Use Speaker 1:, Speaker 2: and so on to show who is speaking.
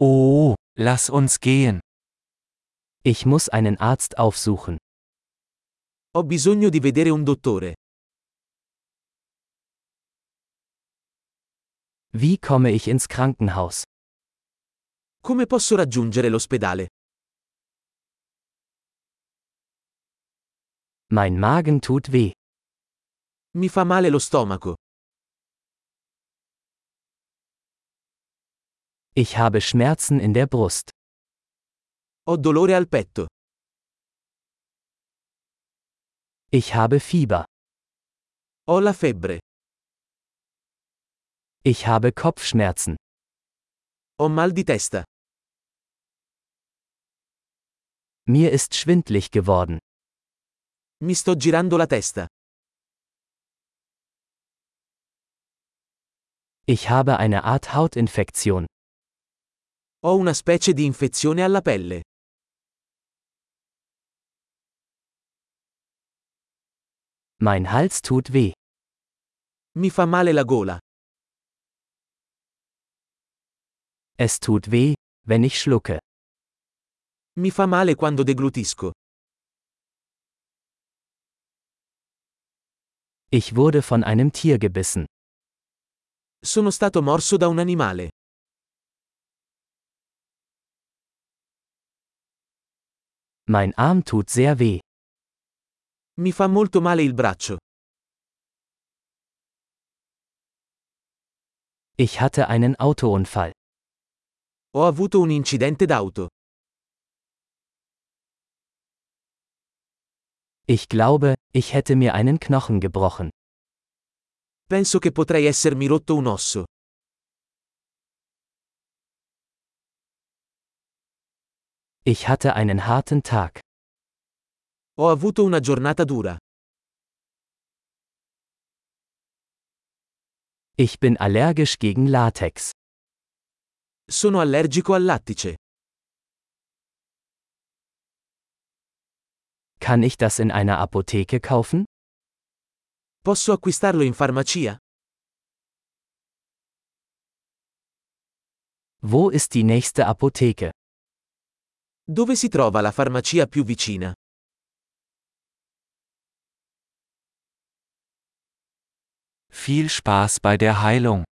Speaker 1: Oh, Lass uns gehen.
Speaker 2: Ich muss einen Arzt aufsuchen.
Speaker 3: Ho bisogno di vedere un dottore.
Speaker 2: Wie komme ich ins Krankenhaus?
Speaker 3: Come posso raggiungere l'ospedale?
Speaker 2: Mein Magen tut weh.
Speaker 3: Mi fa male lo stomaco.
Speaker 2: Ich habe Schmerzen in der Brust.
Speaker 3: Ho dolore al petto.
Speaker 2: Ich habe Fieber.
Speaker 3: Ho la febbre.
Speaker 2: Ich habe Kopfschmerzen.
Speaker 3: Ho mal di testa.
Speaker 2: Mir ist schwindlig geworden.
Speaker 3: Mi sto girando la testa.
Speaker 2: Ich habe eine Art Hautinfektion.
Speaker 3: Ho una specie di infezione alla pelle.
Speaker 2: Mein Hals tut weh.
Speaker 3: Mi fa male la gola.
Speaker 2: Es tut weh, wenn ich schlucke.
Speaker 3: Mi fa male quando deglutisco.
Speaker 2: Ich wurde von einem Tier gebissen.
Speaker 3: Sono stato morso da un animale.
Speaker 2: Mein Arm tut sehr weh.
Speaker 3: Mi fa molto male il braccio.
Speaker 2: Ich hatte einen Autounfall.
Speaker 3: Ho avuto un incidente d'auto.
Speaker 2: Ich glaube, ich hätte mir einen Knochen gebrochen.
Speaker 3: Penso che potrei essermi rotto un osso.
Speaker 2: Ich hatte einen harten Tag.
Speaker 3: Ho avuto una giornata dura.
Speaker 2: Ich bin allergisch gegen Latex.
Speaker 3: Sono allergico al lattice.
Speaker 2: Kann ich das in einer Apotheke kaufen?
Speaker 3: Posso acquistarlo in farmacia?
Speaker 2: Wo ist die nächste Apotheke?
Speaker 3: Dove si trova la farmacia più vicina?
Speaker 1: Viel Spaß bei der Heilung.